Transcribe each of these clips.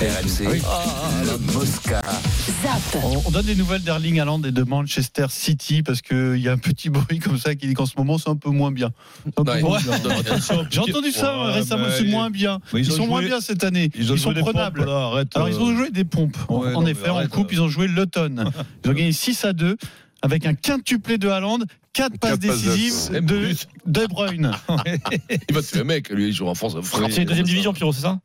RMC. Ah oui. le Mosca. Zap. On, on donne des nouvelles d'Erling Haaland et de Manchester City parce qu'il y a un petit bruit comme ça qui dit qu'en ce moment c'est un peu moins bien. C'est un peu Ouais. moins bien. Attention, J'ai entendu ça Bah, Ouais, récemment, mais c'est les- moins bien. mais ils, ils ont sont moins joué- bien cette année. Ils, ont sont joué des prenables. pompes, là, arrête, Alors euh, ils ont joué des pompes. En- ouais, en non, mais effet, en arrête, coupe, euh. ils ont joué l'automne. Ils ont gagné 6 à 2 avec un quintuplé de Haaland, 4 passes passes décisives de- de De Bruyne. Il va tuer un mec, lui, il joue en France. frappe. C'est une deuxième division, Pierrot, c'est ça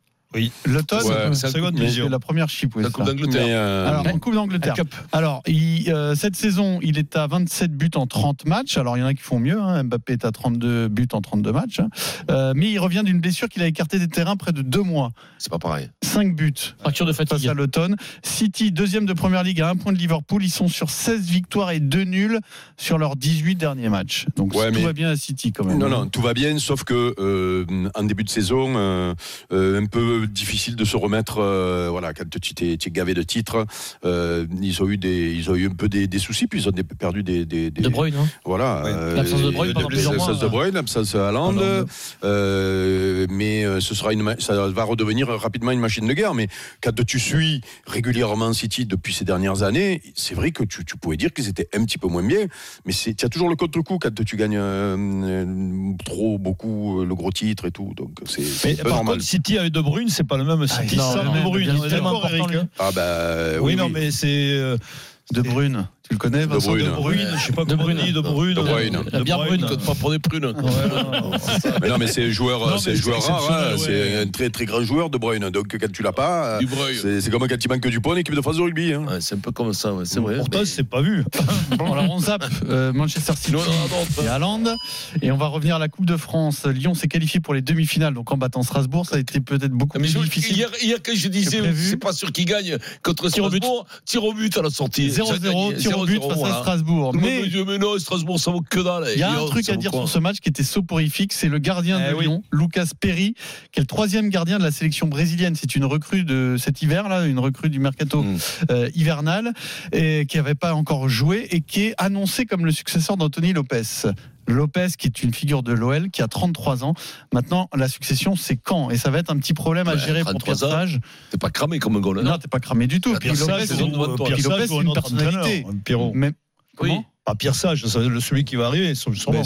L'automne, Ouais, c'est la seconde Coupe division. d'Angleterre. la première chip. ouais, La ça. Coupe d'Angleterre. euh, Alors, en Coupe d'Angleterre. Alors, il, euh, cette saison, il est à 27 buts en 30 matchs. Alors, il y en a qui font mieux. hein. Mbappé est à 32 buts en 32 matchs. hein. Euh, mais il revient d'une blessure qu'il a écartée des terrains près de deux mois. C'est pas pareil. 5 buts Fracture de face fatigue. à l'automne. City, deuxième de première ligue à un point de Liverpool. Ils sont sur 16 victoires et 2 nuls sur leurs 18 derniers matchs. Donc, Ouais, tout mais- va bien à City quand même. Non, non, tout va bien, sauf que euh, en début de saison, euh, euh, un peu difficile de se remettre. euh, voilà, quand tu t'es t'es gavé de titres, euh, ils ont eu des, ils ont eu un peu des, des soucis, puis ils ont des- perdu des, des, des- De Bruyne, hein. Voilà, Ouais. euh, L'absence de Bruyne euh, pendant plusieurs l'absence hein. mois, de Bruyne, l'absence à Hollande, Hollande. euh, mais euh, ce sera une, ma- ça va redevenir rapidement une machine de guerre. Mais quand tu suis régulièrement City depuis ces dernières années, c'est vrai que tu, tu pouvais dire qu'ils étaient un petit peu moins bien, mais c'est- tu as toujours le contre-coup quand tu gagnes euh, euh, trop, beaucoup, euh, le gros titre et tout. Donc c'est Mais c'est un peu par normal. contre, City avec De Brune, c'est pas le même City Ah, non, sans non, De non, Bruyne. bien Il est hein. tellement d'accord, important, Eric, hein. lui. Ah bah euh, Oui, non, mais c'est. euh, De Bruyne, tu le connais, Vincent Bruyne. De Brune, je sais pas comment on Bruyne. dit, De Bruyne. De Bruyne. De La bière brune. Code pas pour des prunes. Mais non, mais c'est un joueur, Non, c'est mais un c'est joueur rare, hein, exceptionnel, ouais. c'est un très très grand joueur de Bruyne. Donc quand tu l'as pas, euh, Du Bruyne. c'est c'est comme quand il manque du pont en équipe de France de rugby. hein. Ouais, C'est un peu comme ça, ouais, c'est vrai. Pourtant, mais- c'est pas vu. Bon, alors on zappe euh, Manchester City Non, non, non, et Haaland. Et on va revenir à la Coupe de France. Lyon s'est qualifié pour les demi-finales. Donc en battant Strasbourg, ça a été peut-être beaucoup Ah, mais je- plus difficile. hier, hier, quand je disais, prévu. c'est pas sûr qu'il gagne contre Tir au but. Strasbourg, tir au but à la sortie. Ça a 0-0, gagné, tir au but 0-0, face à voilà. Strasbourg. Tout le monde Mais me dit, mais non, Strasbourg, ça vaut que dalle. il y a Et un oh, truc ça à vaut dire quoi sur ce match qui était soporifique. C'est le gardien Eh de oui. Lyon, Lucas Perry, qui est le troisième gardien de la sélection brésilienne. C'est une recrue de cet hiver-là, une recrue du mercato Mm. euh, hivernal, et qui n'avait pas encore joué et qui est annoncé comme le successeur d'Anthony Lopez. Lopez, qui est une figure de l'OL, qui a 33 ans. Maintenant, la succession, c'est quand Et ça va être un petit problème à Ouais, gérer pour Pierre 33 ans. Sage. T'es pas cramé comme un goal. Non, t'es pas cramé du tout. Bah, Puis Pierre Lopez, Sage, c'est saison devant une- toi. Pierre Pierre Lopez, Sage c'est ou un une autre personnalité. entraîneur, Pierrot. Mais Oui. comment Ah, Pierre Sage, celui qui va arriver, Mais ce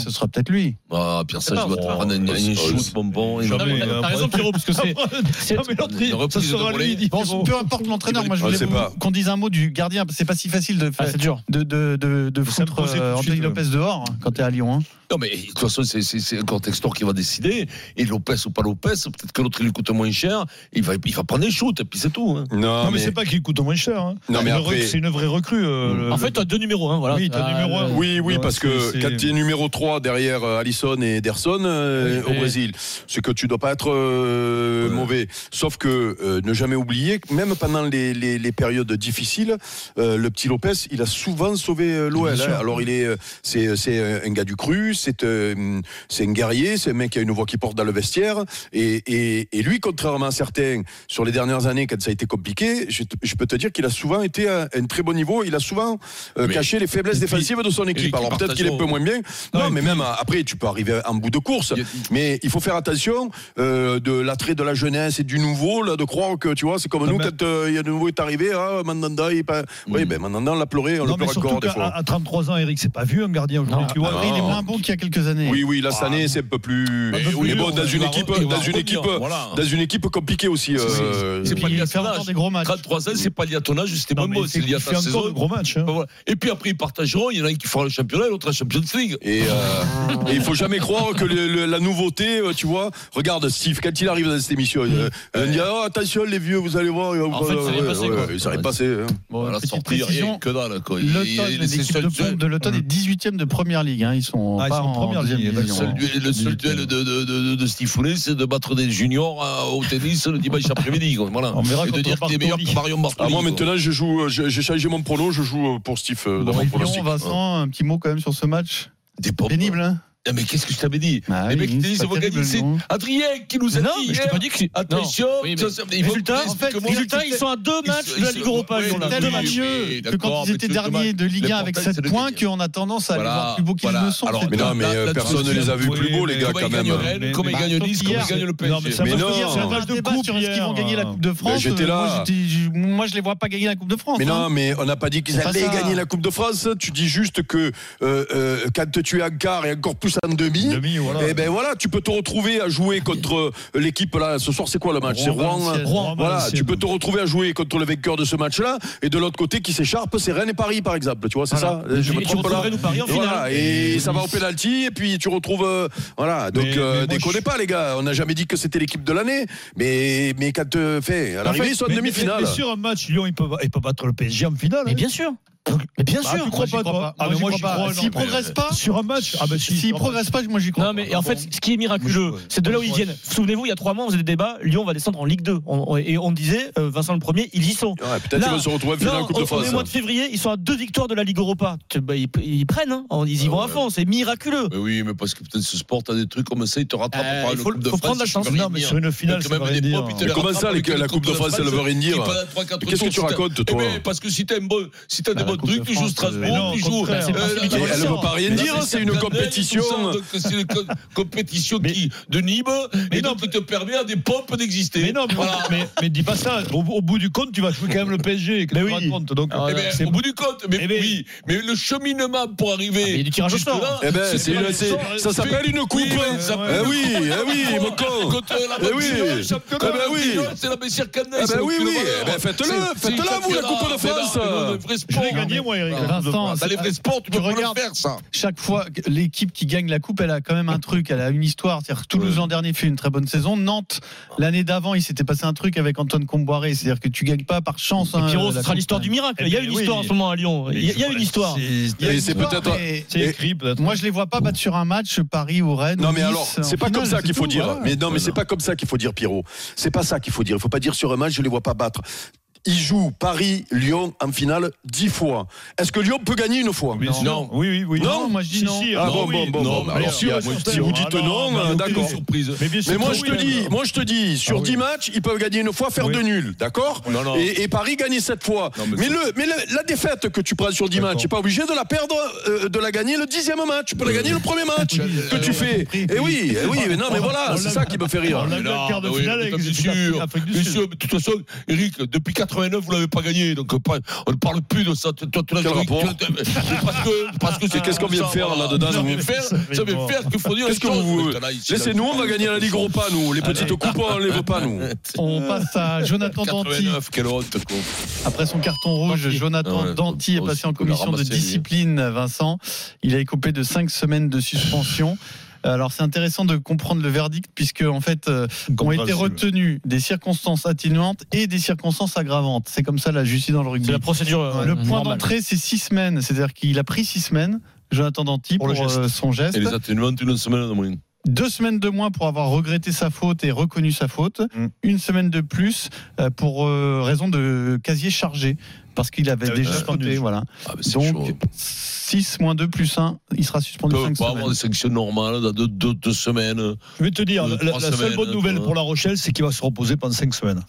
sera peut-être lui. Ah, Pierre Sage, pas, il va te on- prendre une, une shoot, bonbon. une- Non, mais T'as t'as raison, Pierrot, parce que c'est. Ah c'est- Une reprise de volée. Bon, peu importe l'entraîneur, moi je On le voulais sait vous- pas. qu'on dise un mot du gardien. parce que C'est pas si facile de Ah, faire. c'est dur. de, de, de, de Ça me foutre posait tout de euh, Anthony suite, Lopez dehors hein, quand t'es à Lyon. hein. Non, mais de toute façon, c'est- c'est c'est un contexteur qui va décider. Et Lopez ou pas Lopez, peut-être que l'autre il lui coûte moins cher. Il va, il va prendre des shoots et puis c'est tout. hein. Ah, Non, mais, pas qu'il coûte moins cher. hein. Non, mais après- une vraie recrue. euh, En fait, t'as deux numéros, hein, voilà. Oui, t'as numéro un. Oui, oui, Non, parce que c'est- quand tu es numéro 3 derrière euh, Alisson et Ederson euh, Oui, au mais- Brésil, c'est que tu dois pas être euh, Ouais. mauvais. Sauf que euh, ne jamais oublier que même pendant les, les- les périodes difficiles, euh, le petit Lopez, il a souvent sauvé euh, l'OL. hein. Alors il est, euh, c'est, c'est euh, un gars du cru, c'est, euh, c'est un guerrier, c'est un mec qui a une voix qui porte dans le vestiaire. Et, et- et lui, contrairement à certains, sur les dernières années, quand ça a été compliqué, je, te- je peux te dire qu'il a souvent été à un très bon niveau. Il a souvent euh, Mais- caché les faiblesses Et puis- défensives de son puis équipe. qui Alors peut-être partage qu'il est au- un peu moins bien. Non, Non, et mais puis- même après, tu peux arriver en bout de course. Il y a- Mais il faut faire attention euh, de l'attrait de la jeunesse et du nouveau, là, de croire que, tu vois, c'est comme nous, mais- quand euh, il y a de nouveau est arrivé, ah, Mandanda, il est pas... Oui, Ah ben. Mm. ben Mandanda, on l'a pleuré, on le pleure encore des fois. 33 ans, Eric, c'est pas vu un gardien aujourd'hui, tu vois. Après, Ah, il est non. moins bon qu'il y a quelques ah, années. Oui, oui, là, cette année, c'est un peu plus... Bah, Un peu plus Mais bon, dur, dans ouais. une Il va équipe, re- il va dans une revenir, équipe, euh, voilà. dans une équipe compliquée aussi. euh, c'est Puis pas il lié à fait son encore âge. des gros matchs. 33 ans, c'est pas lié à ton âge, c'était moins bon, c'est lié à ta saison. match. Ben voilà. Et puis après, ils partageront. Il y en a un qui fera le championnat et l'autre la Champions League. Et, euh, et il faut jamais croire que le- le- la nouveauté, euh, tu vois, regarde Steve, quand il arrive dans cette émission, il, euh, il dit Ah, attention les vieux, vous allez voir. En fait, ça ouais, n'est passé, ouais, quoi. il s'est rien passé. hein. Bon, à la petite sortie, précision. rien que dalle. Quoi. euh, Il- il- L'automne, il- c'est l'équipe de seul- pompe de l'automne est 18 e de première ligue. hein. Ils sont Ah, ils pas part en hein. première ligne. Le seul, duel- le seul duel de, de, de, de Stifoulet, c'est de battre des juniors euh, au tennis le dimanche après-midi. quoi. Voilà. On verra Et de contre dire qu'il est meilleur Bartoli. que Marion Bartoli. Ah, moi quoi. maintenant, je joue, euh, je- j'ai changé mon prono, je joue euh, pour Steve euh, dans Bon, mon Lyon, pronostic. Vincent, un petit mot quand même sur ce match. Des pauvres. Pénible, hein Ah, mais qu'est-ce que je t'avais dit Ah Les oui, mecs qui te c'est disent pas vont gagner, terrible, c'est non Adrien qui nous a Non, dit. mais je hier, t'ai pas dit que c'est. Attention, Non. Oui, mais- ça, ça- il faut- Résultat, en fait, comment- résultat, ils sont à deux matchs de la Ligue Europa. Ouais, Lyon, là. c'est Deux Tellement oui, matchs. mieux oui, que quand d'accord, ils mais étaient tout le derniers match- de Ligue 1 avec l'important, 7 c'est de points, gagner. qu'on a tendance à les Voilà, voir plus beaux qu'ils voilà. ne sont. Alors, c'est Mais tout. non, mais euh, Là, personne ne là-dessus, les a vus oui, plus beaux, les mais gars, comment quand ils même. gagnent hein. Rennes, comment ils Mais gagnent par Nice, contre, comment hier, ils gagnent le non, mais PSG ça Mais va non. finir sur un Mais un match de débat coupe sur est-ce qu'ils hier. vont gagner la Coupe de France. j'étais Euh, là. Moi, j'étais- je- moi, je les vois pas gagner la Coupe de France. Mais hein. non, mais on n'a pas dit qu'ils C'est pas allaient ça. gagner la Coupe de France. Tu dis juste que euh, euh, quand tu es en quart et encore plus en demi, Demi, voilà. Ah. eh ben voilà, tu peux te retrouver à jouer contre euh, l'équipe là. Ce soir, c'est quoi le match C'est Rouen. hein? Valenciennes. Rouen, Voilà, Valenciennes. tu peux te retrouver à jouer contre le vainqueur de ce match-là, et de l'autre côté qui s'écharpe, c'est Rennes et Paris, par exemple. Tu vois, c'est Voilà. ça. Euh, Je Et me tu trompe retrouves là. Rennes ou Paris en Et voilà, finale. et Et ça va au penalty, et puis tu retrouves, euh, voilà. Donc Mais- euh, mais moi, déconnez je- pas, les gars. On n'a jamais dit que c'était l'équipe de l'année, mais mais quand euh, fait, à l'arrivée, ils sont en Mais- demi-finale. Mais, mais sur un match, Lyon, il peut, il peut battre le PSG en finale. Mais hein. bien sûr. Mais bien Ah, sûr. tu crois pas, toi Ah, mais moi, j'y crois. S'ils non, mais- progressent pas, Sur un match. Ah, bah, s'ils si. sur un match. progressent pas, moi, j'y crois. Non, mais en pas. fait, ce qui est miraculeux, Moi, je- c'est de là où moi, ils je- viennent. Souvenez-vous, il y a trois mois, on faisait des débats. Lyon va descendre en Ligue 2. On- et on disait, euh, Vincent le premier, ils y sont. Ouais, peut-être Là, qu'ils vont se retrouver en finale Là, en Coupe on- de on France. est au mois de février, ils sont à deux victoires de la Ligue Europa. Tu- bah, ils, ils prennent, hein. On- ils y Ouais, vont à ouais. fond, c'est miraculeux. Mais oui, mais parce que peut-être ce sport, t'as des trucs comme ça, il te rattrape Euh, par le il faut- Coupe de faut France, prendre la tu chance. peux Non, rien mais dire. sur une finale, Que ça même veut rien des dire. profs, ils te Mais les comment rattrapent ça, les- avec la une Coupe de France, elle veut rien qui est dire pas là trois, quatre Mais qu'est-ce tours, que tu si t'as- racontes, Eh toi ben, Parce que si t'as un bon, si t'as Bah, des la bons Coupe de trucs, tu joues France, mais non, Strasbourg, au tu joues. contraire, c'est pas euh, celui qui la- va Mais le elle ne sort. peut pas rien dire, c'est une Saint-Denis, compétition. tout ça, donc C'est une co- compétition qui, de Nîmes et donc qui te permet à des pompes d'exister. Mais non, mais, Voilà. mais, mais dis pas ça. Au, au bout du compte, tu vas jouer quand même le PSG. Que Mais tu oui. racontes, donc, Ah, euh, Eh ben, c'est au bout du compte, mais Eh ben- oui, mais le cheminement pour Ah, mais arriver du tirage au jusque sort. là, Eh ben, c'est pas une- du c'est- sort. ça s'appelle une coupe. Oui, Ah, mais ça Eh s'appelle oui, une coupe. eh oui, mon con. Contre la Eh oui. Bastille, le championnat, Eh ben la oui. Bastille, c'est la Bastille Candace, Eh ben c'est oui, le oui. footballeur. Eh ben faites-le, C'est- faites-le, c'est vous, la championnat, Coupe de France. c'est dans le vrai Je sport. l'ai gagné, moi, Eric. Voilà. Vincent, Ah, Dans les vrais sports, tu Tu peux pas le regardes- faire, Ah, ça. chaque fois que l'équipe qui gagne la coupe, elle a quand même un truc, elle a une histoire. C'est-à-dire que Toulouse l'an dernier fait une très bonne saison. Nantes, l'année d'avant, il s'était passé un truc avec Antoine Comboiré. C'est-à-dire que tu gagnes pas par chance. hein, Et Pierrot, la ce sera coupe, l'histoire hein. du miracle. Il y a une Oui. histoire en ce moment à Lyon. Il y a- il y a une histoire. C'est Il y a Et une c'est histoire, peut-être- mais c'est écrit, peut-être. Moi, je les vois pas battre sur un match Paris ou Rennes. Non ou mais Nice alors, en c'est pas finale, comme ça qu'il faut tout, dire. voilà. Mais non, mais c'est pas comme ça qu'il faut dire, Pierrot. C'est pas ça qu'il faut dire. Il faut pas dire sur un match, je les vois pas battre. Ils jouent Paris, Lyon en finale dix fois. Est-ce que Lyon peut gagner une fois Bien sûr. Non. Oui, oui, oui. Non, moi, je dis Si, non. si, Ah bah bon, bon, oui. bon, Non, bon. mais Alors, bien si- sûr, ah, sûr, si vous dites Ah, non, mais euh, aucune d'accord. surprise. bien sûr Mais moi que je oui, te dis, alors. moi je te dis, sur Ah oui. 10 matchs, ils peuvent gagner une fois, faire Oui. deux nuls, d'accord Non, non. et, et Paris gagner cette fois. Non, mais mais le, mais le- la défaite que tu prends sur 10 D'accord. matchs, tu n'es pas obligé de la perdre, euh, de la gagner le dixième match. Tu peux la gagner le premier match que tu fais. compris. Et oui, eh oui, mais non, mais voilà, c'est ça qui me fait rire. On l'a vu en quart de mais oui, finale mais avec comme les c'est équipes sûr, d'Afrique- Afrique bien du sûr, Sud. mais de toute façon, Eric, depuis 89, vous l'avez pas gagné, donc euh, pas- on ne parle plus de ça. Toi, tu l'as Quel joué- rapport tu l'as- parce que, parce que c'est Qu'est-ce qu'on vient de faire, là-dedans, Ça nous vient faire, Ça fait ça vient bon. faire qu'il faut dire. les Qu'est-ce que choses. vous voulez Mais là, ici, là, Laissez-nous, on va gagner la Ligue Europa, nous. Les petites coupes, on les veut pas, nous. On passe à Euh, Jonathan Danti. 89, quelle honte, quoi. Après son carton rouge, Danti. Jonathan Ah ouais, Danti est faut- passé faut en commission de ramasser, lui. discipline, Vincent. Il a écopé de 5 semaines de suspension. Alors c'est intéressant de comprendre le verdict puisque en fait euh, ont été retenues des circonstances atténuantes et des circonstances aggravantes. C'est comme ça la justice dans le rugby. C'est la procédure. euh, Le point normale. d'entrée c'est 6 semaines, c'est-à-dire qu'il a pris 6 semaines. Jonathan Danti Pour pour, le euh, son geste. Et les atténuants, une semaine de moyenne. Deux semaines de moins pour avoir regretté sa faute et reconnu sa faute. Mm. Une semaine de plus euh, pour euh, raison de casier chargé. Parce qu'il avait avait déjà suspendu, sauté, je voilà. Ah, mais c'est chaud. Donc, 6 moins 2 plus 1, il sera On suspendu peut 5 pas avoir semaines. des sanctions normales dans deux, deux- deux semaines. Je vais te dire, Deux, la, la trois seule semaines, hein, bonne nouvelle toi. pour La Rochelle, c'est qu'il va se reposer pendant 5 semaines.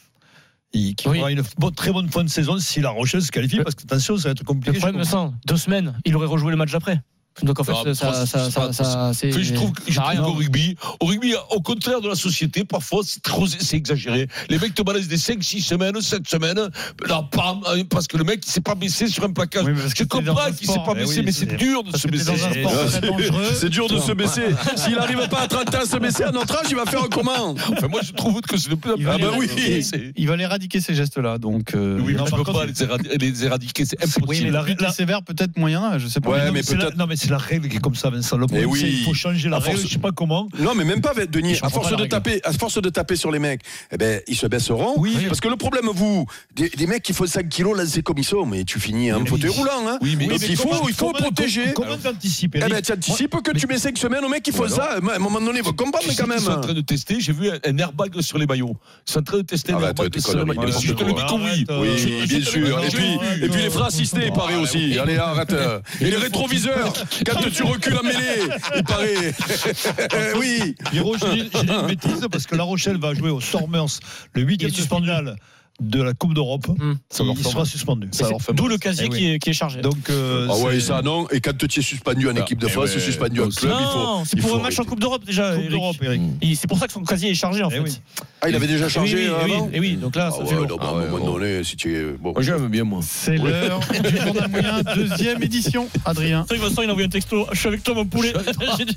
Il qu'il Oui. aura une bonne- très bonne fin de saison si La Rochelle se qualifie, parce que attention, ça va être Le compliqué. problème, je Vincent, deux semaines, il aurait rejoué le match d'après. Donc en fait, Ah, ça, trois, ça, c'est ça, pas- ça, c'est. Puis je trouve, que- je ça trouve a bah, rien. qu'au rugby, au rugby, au contraire de la société, parfois c'est trop, c'est exagéré. Les mecs te balancent des 5, 6 semaines, 7 semaines, là, pam, hein, parce que le mec, il s'est pas baissé sur un placage. Oui, mais parce que je c'est dans comprends un qu'il s'est sport, Eh pas mais baissé, oui, mais c'est- c'est dur de se Parce que baisser. c'est dans un sport Ah, très c'est- dangereux. C'est dur de se baisser. S'il n'arrive pas à 30 ans à se baisser à notre âge, il va faire comment Enfin, moi, je trouve que c'est de plus en plus. Il va Ah, bah les- oui, ok. c'est- Il va l'éradiquer ces gestes-là. Donc, euh, oui, mais non, tu par peux contre, pas les éradi- les éradiquer, c'est oui, impossible. mais la- plus t'es la- sévère, peut-être moyen, je sais pas. Ouais, Non, mais c'est la- peut-être- Eh Non, mais c'est la règle qui est comme ça, Vincent. Le problème, oui. c'est qu'il faut changer la À force- règle, je sais pas comment. Non, mais même pas, Denis. Je À comprends force, pas de la taper, à force de taper sur les mecs, eh ben, ils se baisseront. Oui. Parce que le problème, vous, des, des mecs qui font 5 kilos, là, c'est comme ils sont, mais tu finis en Oui. fauteuil roulant. Hein. Oui, mais- Donc, mais il, comment- faut, il faut comment- protéger. Comment t'anticiper Eh ben, tu anticipes que tu mets 5 semaines aux mecs qui font ça. Eh ben, À un moment donné, ils vont comprendre Tu sais quand qu'ils sont en même. train de tester, j'ai vu un- un airbag sur les maillots. Ils sont en train de tester Ah un bah, airbag t'es sur les con, maillots. mais Si je te le dis n'importe que oui. euh, Oui, bien sûr. Et puis, et puis les freins assistés, il paraît aussi. Allez, arrête. Ah, Et les rétroviseurs, quand tu recules en mêlée, il paraît. oui. Pierrot, j'ai dit j'ai dit une bêtise parce que La Rochelle va jouer au Sormers le 8 Il est de finale de la Coupe d'Europe. Hmm. Il, il sera suspendu. Mais c'est- D'où le casier Eh oui. qui, est, qui est chargé. Donc, euh, Ah ouais, c'est- ça non. Et quand tu es suspendu en équipe de eh France, ouais. suspendu en club, il faut. non, c'est il pour faut un match en arrêter. Coupe d'Europe déjà. Coupe Eric. d'Europe, Eric. Il- C'est pour ça que son casier est chargé en Eh fait. oui. Ah, il avait déjà changé Eh oui, eh oui, avant eh oui, donc là, ça Ah fait ouais, lourd. non, mais Ah à un ouais, moment bon. donné, si tu es. Bon. Moi, j'aime bien, moi. C'est l'heure du journal moyen, deuxième édition. Adrien. C'est vrai que Vincent, il a envoyé un texto. Je suis avec toi, mon poulet. J'ai dit-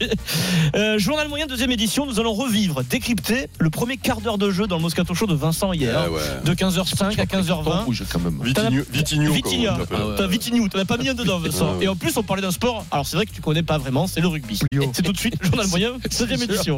Euh, journal moyen, deuxième édition. Nous allons revivre, décrypter le premier quart d'heure de jeu dans le Moscato Show de Vincent hier. Ah ouais. De 15h05 Temps Hein à 15h20. rouge, quand même. Vitigno, Vitigno, comme on Vitinha. l'appelle. euh, Ah ouais. T'as Vitignou, t'en as pas mis un dedans, Vincent. Ah ouais. Et en plus, on parlait d'un sport. Alors, c'est vrai que tu connais pas vraiment, c'est le rugby. Plio. C'est tout de suite le journal moyen, deuxième édition.